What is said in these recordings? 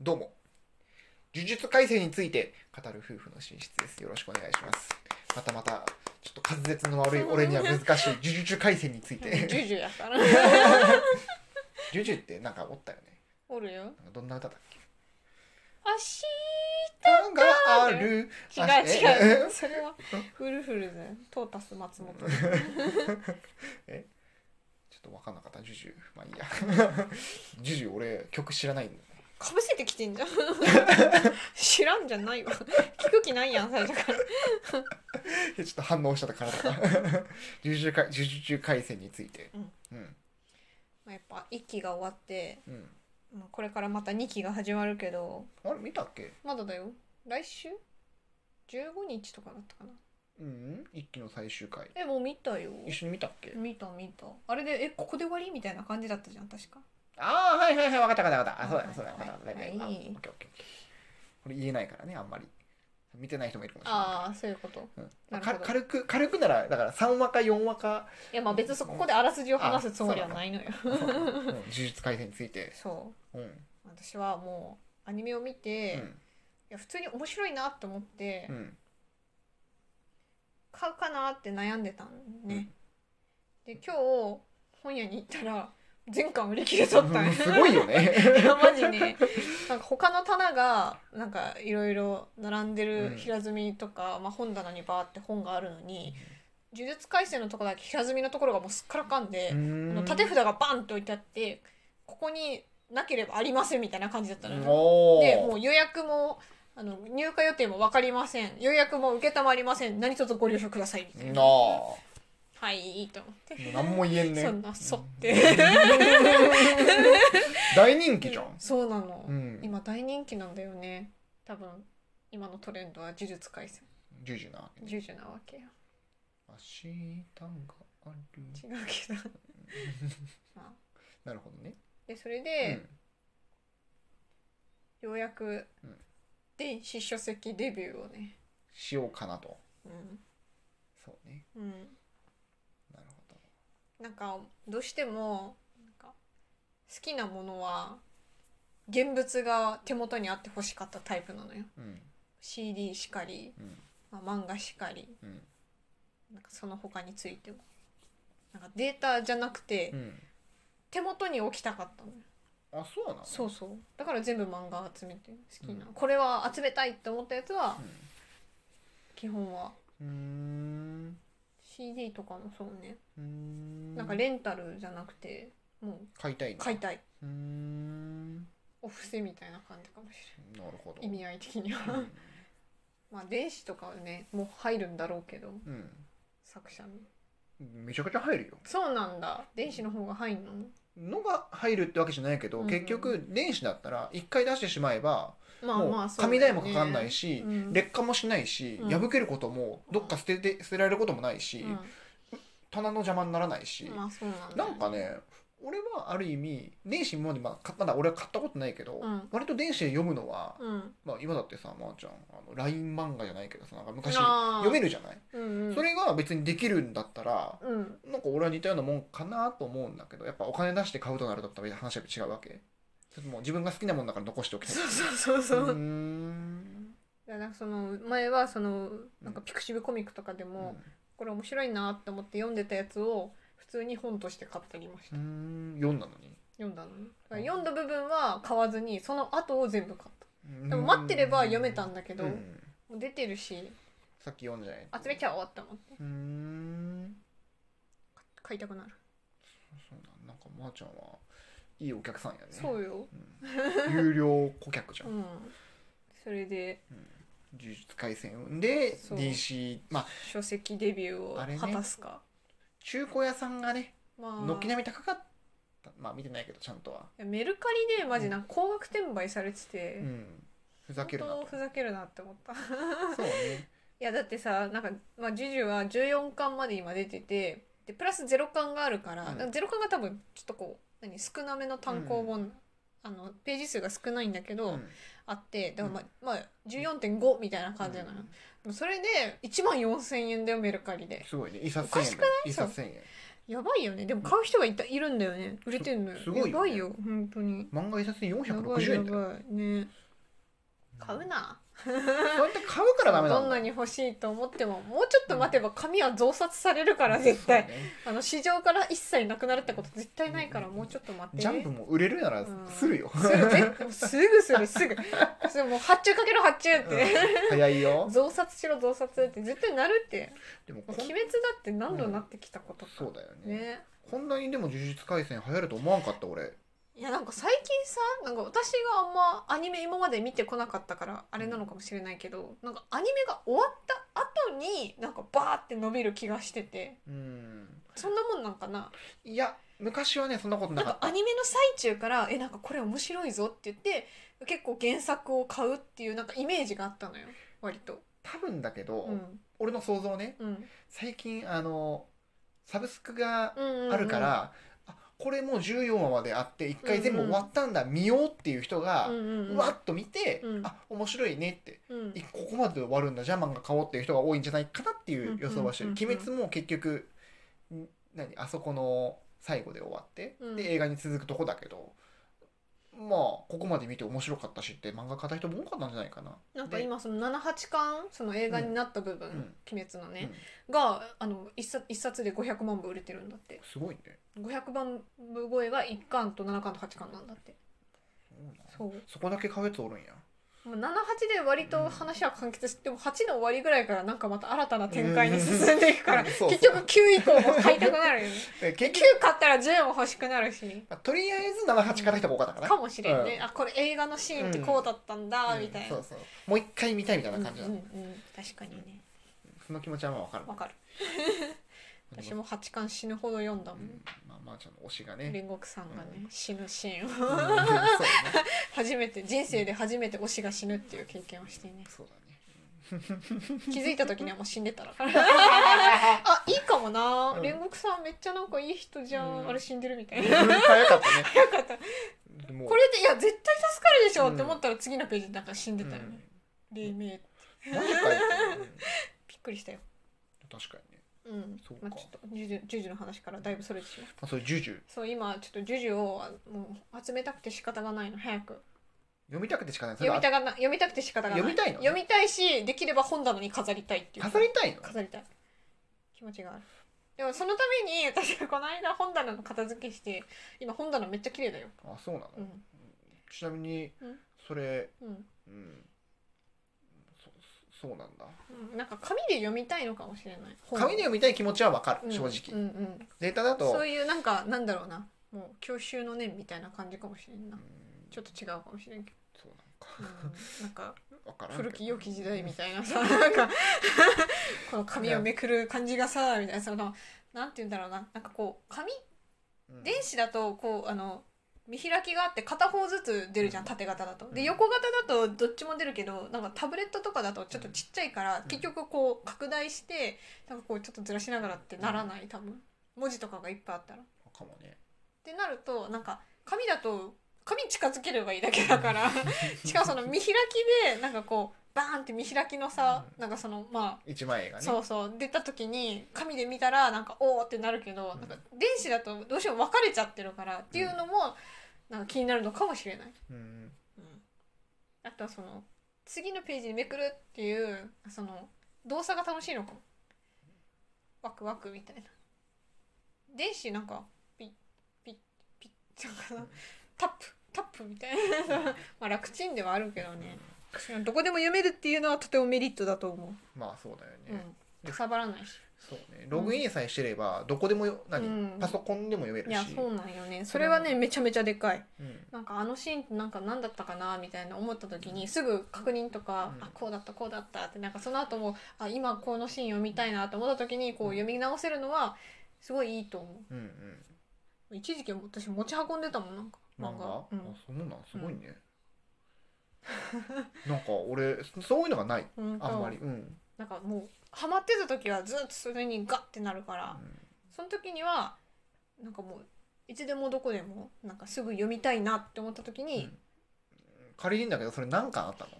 どうも呪術改正について語る夫婦の寝室ですよろしくお願いしますまたまたちょっと滑舌の悪い俺には難しい呪術改正についジュジて ュやから呪術ってなんかおったよねおるよなんかどんな歌だっけあし歌がある違うあえ違えうそれはウルフルズトータス松本ちょっと分かんなかったジュジュまあいいや ジュジュ俺曲知らないんだかぶせてきてん じゃん知らんじゃないわ聞く気ないやん最初からちょっと反応しちゃった体が 呪術改呪術改正についてうんうんまあやっぱ1期が終わってうんまあこれからまた2期が始まるけどあれ見たっけまだだよ来週15日とかだったかなうん一期の最終回えもう見たよ一緒に見たっけ見た見たあれでえここで終わりみたいな感じだったじゃん確かああはいはいはい分かった分かった分かったあそうだねそうだね分かった分かったはいはいあオはいッケーオッケーオッケーこれ言えないからねあんまり見てない人もいるかもしれないああそういうことうんなるほかど軽く軽くならだから3話か4話 かいやまあ別にそここであらすじを話すつもりはないのようん呪術改正についてそうんうんう私はもうアニメを見て、いや普通に面白いなと思って、うん買うかなって悩んでたんね、で今日本屋に行ったら全巻売り切れとったんうやんすごいよね いやマジねなんか他の棚がなんかいろいろ並んでうるん平積みとか、まあ、本棚にバーって本があるのに呪術廻戦のとこだけ平積みのところがもうすっからかんで、あの縦振札がバンと置いてあってここになければありませんみたいな感じだったのよ、おでもおう予約もあの入荷予定も分かりません予約も承りません何卒ご了承くださいみたいななあはいいいと思ってもう何も言えんねそんなそって大人気じゃん そうなの、うん今大人気なんだよね多分今のトレンドは呪術廻戦ジュジュな呪術なわけよ明日がある違うけどまあなるほどねでそれで、ようやくうん電子書籍デビューをねしようかなとうそうねん、うんなるほどなんかどうしてもなんか好きなものは現物が手元にあって欲しかったタイプなのようん CD しかり、うんまあ、漫画しかりうんなんかその他についてもなんかデータじゃなくてうん手元に置きたかったのよあそうなのそうそうだから全部漫画集めて好きな、うんこれは集めたいって思ったやつは基本はうんう CD とかもそうねーんなんかレンタルじゃなくても買いたいなう買いたいうーんなお布施みたいな感じかもしれるほどない意味合い的にうはんまあ電子とかはねもう入るんだろうけど作者にうんめちゃくちゃ入るよそうなんだ電子の方が入んののが入るってわけじゃないけど、うんうん結局電子だったら一回出してしまえばまあもうまあそう紙だ代よねもかかんないし、うん劣化もしないし、うん破けることもどっか捨てて捨てられることもないし、う棚の邪魔にならないし、んまあそうなんだなんかね俺はある意味電子今まで、まあ、買ったまだ俺は買ったことないけど、うん割と電子で読むのは、うんまあ、今だってさまー、ちゃんあの LINE 漫画じゃないけどさなんか昔あー読めるじゃない、うんうんそれが別にできるんだったらうんなんか俺は似たようなもんかなと思うんだけどやっぱお金出して買うとなると多分話は違うわけちょっともう自分が好きなもんだから残しておきたいそうそうそうー そうう、んだからなんかその前はそのなんかピクシブコミックとかでうも、これ面白いなって思って読んでたやつを普通に本として買ってりましーた、ん読んだのに読んだのねだかうらん読んだ部分は買わずにその後を全部買っでたでも待ってれば読めたんだけけど、もう出てるしさっき読んじゃない集めちゃゃおうって思ってうーん買いたくなる、そうなんなんかまーちゃんはいいお客さんやねそうようん有料顧客じゃん、ううんんそれで呪術廻戦でそう DC まあ書籍デビュあれーねを果たすか、中古屋さんがねまあ軒並み高かったまあ見てないけどちゃんとはいやメルカリでマジなんか高額転売されててう、んふざけ本るな当とふざけるなって思った いそうねやだってさなんか、まあ、ジュジュは14巻まで今出ててでプラス0巻があるから,、うんゼロ0巻が多分ちょっとこう何少なめの単行本、あのページ数が少ないんだけうど、んあってでもまあ、まあ、14.5みたいな感じなのよ、それで1万4,000円だよメルカリでうんすごいね一冊おか千し円くだよ一冊千円やばいよねでも買う人がいたいるんだよね売れてるのよすすごいよねやばいよ本当に漫画一冊やばい460や円だよばいね買うななそうやって買うからダメなんだどんなに欲しいと思ってももうちょっと待てば紙は増刷されるから絶対、そうねあの市場から一切なくなるってこと絶対ないからうんもうちょっと待ってジャンプも売れるならうんするよ、するぜもうすぐす るすぐそれもう発注かけろ発注っうんて、早いよ増刷しろ増刷って絶対なるってでもこ「ん鬼滅」だって何度なってきたことか、そうだよねねこんなにでも呪術廻戦流行ると思わんかった俺いやなんか最近さなんか私があんまアニメ今まで見てこなかったからあれなのかもしれないけどなんかアニメが終わった後になんかバーって伸びる気がしててうんそんなもんなんかないや昔はねそんなことななんかかったアニメの最中からえなんかこれ面白いぞって言って結構原作を買うっていうなんかイメージがあったのよ割と。多分だけど、うん俺の想像ねうん最近あのサブスクがうんうんうんあるから、あこれもう14話まであって1回全部終わったんだ、見ようっていう人が、ううんうんうんわっと見て、うんあ面白いねってうんいここまでで終わるんだじゃあ漫画買おうっていう人が多いんじゃないかなっていう予想はしてる、うんうんうんうん鬼滅も結局ん何あそこの最後で終わって、うんで映画に続くとこだけどまあここまで見て面白かったしって漫画買った人も多かったんじゃないかな。なんかで今その78巻その映画になった部分「うん鬼滅」のね、うがあの一冊一冊で500万部売れてるんだってんすごいね。 500万部超えが1巻と7巻と8巻なんだってそそううなんそこだけ買うやつおるんや。もう78で割と話は完結してでも8の終わりぐらいからなんかまた新たな展開に進んでいくからうん結 そうそう局9以降も買いたくなるよねえで 結9局、買ったら10も欲しくなるしまあとりあえず78から人が多かったかな。かもしれんね、うんあこれ映画のシーンってこうだったんだ、うんみたいな、そうそうもう一回見たいみたいな感じだ、うんうんうん確かにねその気持ちはまあわかるわかるで私も八巻死ぬほど読んだうもん、んまあまあちゃんの推しがね、煉獄さんがね、う死ぬシーンうん、を そうだね初めて人生で初めて推しが死ぬっていう経験をしてね そうだね気づいた時にはもう死んでたらあいいかもな、うん煉獄さんめっちゃなんかいい人じゃん、うんあれ死んでるみたい なよ早かったねかったもうこれでいや絶対助かるでしょって思ったら次のページでなんか死んでたよね、黎明うんマジかよ、びっくりしたようん確かにね、うんそうかまあ、ちょっとジュジュジュジュの話からだいぶそれてしまうまあ、それジュジュそう今ちょっとジュジュをあもう集めたくて仕方がないの早く読みたくてしかないそれ読はみたがな読みたくて仕方がない読みたいの読みたいしできれば本棚に飾りたいっていう飾りたいの飾りたい気持ちがあるでもそのために私はこの間本棚の片付けして今本棚めっちゃ綺麗だよあそうなの、うんちなみにうんそれうん、うんそそうなんだうん、なんか紙で読みたいのかもしれない本を紙で読みたい気持ちはわかうるん正直、うんうんデータだとそういうなんかなんだろうなもう教習の念みたいな感じかもしれんなうんちょっと違うかもしれんけそうなんど、かうん、なんかわからんけど古き良き時代みたいなさなんかこの紙をめくる感じがさみたいなそのなんて言うんだろうななんかこう紙うん電子だとこうあの見開きがあって片方ずつ出るじゃん縦型だと。うでん横型だとどっちも出るけどなんかタブレットとかだとちょっとちっちゃいからん結局こう拡大してなんかこうちょっとずらしながらってならない多分文字とかがいっぱいあったら。っかもねてなるとなんか紙だと紙近づければいいだけだから しかもその見開きでなんかこうバーンって見開きのさうなんかそのまあ一枚絵がねそうそう出た時に紙で見たらなんかおおってなるけど、なんか電子だとどうしても分かれちゃってるからっていうのもなんか気になるのかもしれない、うんあとはその次のページにめくるっていうその動作が楽しいのかもワクワクみたいな電子なんかピッピッピッなんかうんタップタップみたいなまあ楽ちんではあるけどねどこでも読めるっていうのはとてもメリットだと思まあそうだよねう、、うん、かさばらないしそうねログインさえしてればどこでもよ何、うんパソコンでも読めるいしやそうなんよねそれはねめちゃめちゃでかいうんなんかあのシーンってなんか何だったかなみたいな思った時にすぐ確認とか、うんあこうだったこうだったってなんかその後もあ今このシーン読みたいなと思った時にこううん読み直せるのはすごいいいと思うんうんう一時期私持ち運んでたもんなんか漫画、うあんそうなんすごいね、 なんか俺そそういうのがないうんあんまりうん、うんなんかもうハマってた時はずっとそれにガッてなるからその時にはなんかもういつでもどこでもなんかすぐ読みたいなって思った時に、うん仮にだけどそれ何巻あったの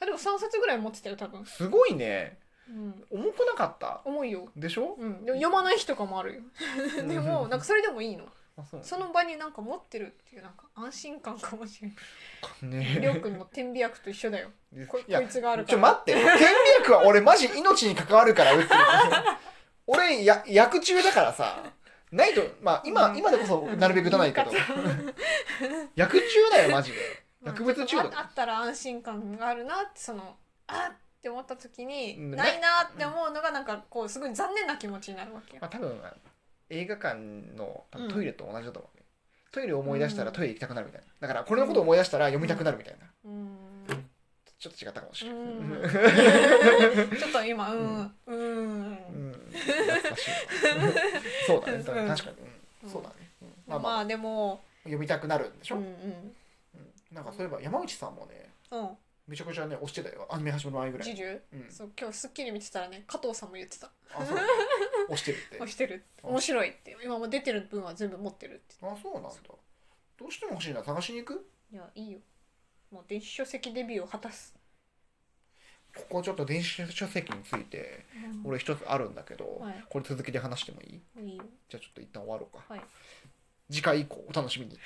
あでも3冊ぐらい持ってたよ多分すごいねうん、重くなかった重いよ、でしょ、うん、でも読まない日とかもあるよ でもなんかそれでもいいのあそうその場になんか持ってるっていうなんか安心感かもしれ ないりょうねくんも天秤役と一緒だよでこいやこいつがあるかちょら待って天秤薬は俺マジ命に関わるから打ってる 俺や薬中だからさないとまあ今、うん今でこそなるべく打たないけど薬中だよマジでまあ薬物中毒ああったら安心感があるなってそのあっって思った時に、うんねないなって思うのがなんかこうすごい残念な気持ちになるわけよま。あ、多分映画館の多分うんトイレと同じだと思うね、トイレを思い出したらうんトイレ行きたくなるみたいなだからこれのことを思い出したら読みたくなるみたいな、うー んちょっと違ったかもしうれない、ーんちょっと今うんうんうん懐か しいなそうだね多分うん確かに、うんそうだね、うんままああままああでも読みたくなるんでしうょ、んううんんなんかそういえば山内さんもねうんめちゃくちゃね押してたよアニメ始まる前ぐらジュい、ジュうん、そう今日『スッキリ』見てたらね加藤さんも言ってたあ そう押してるっ「て押してる」「あ面白い」って今もう出てる分は全部持ってるってあそうなんだどうしても欲しいな探しに行くいやいいよもう電子書籍デビューを果たす、ここちょっと電子書籍について俺一つあるんだけど、はいこれ続きで話してもいいいいよじゃあちょっと一旦終わろうか、はい次回以降お楽しみに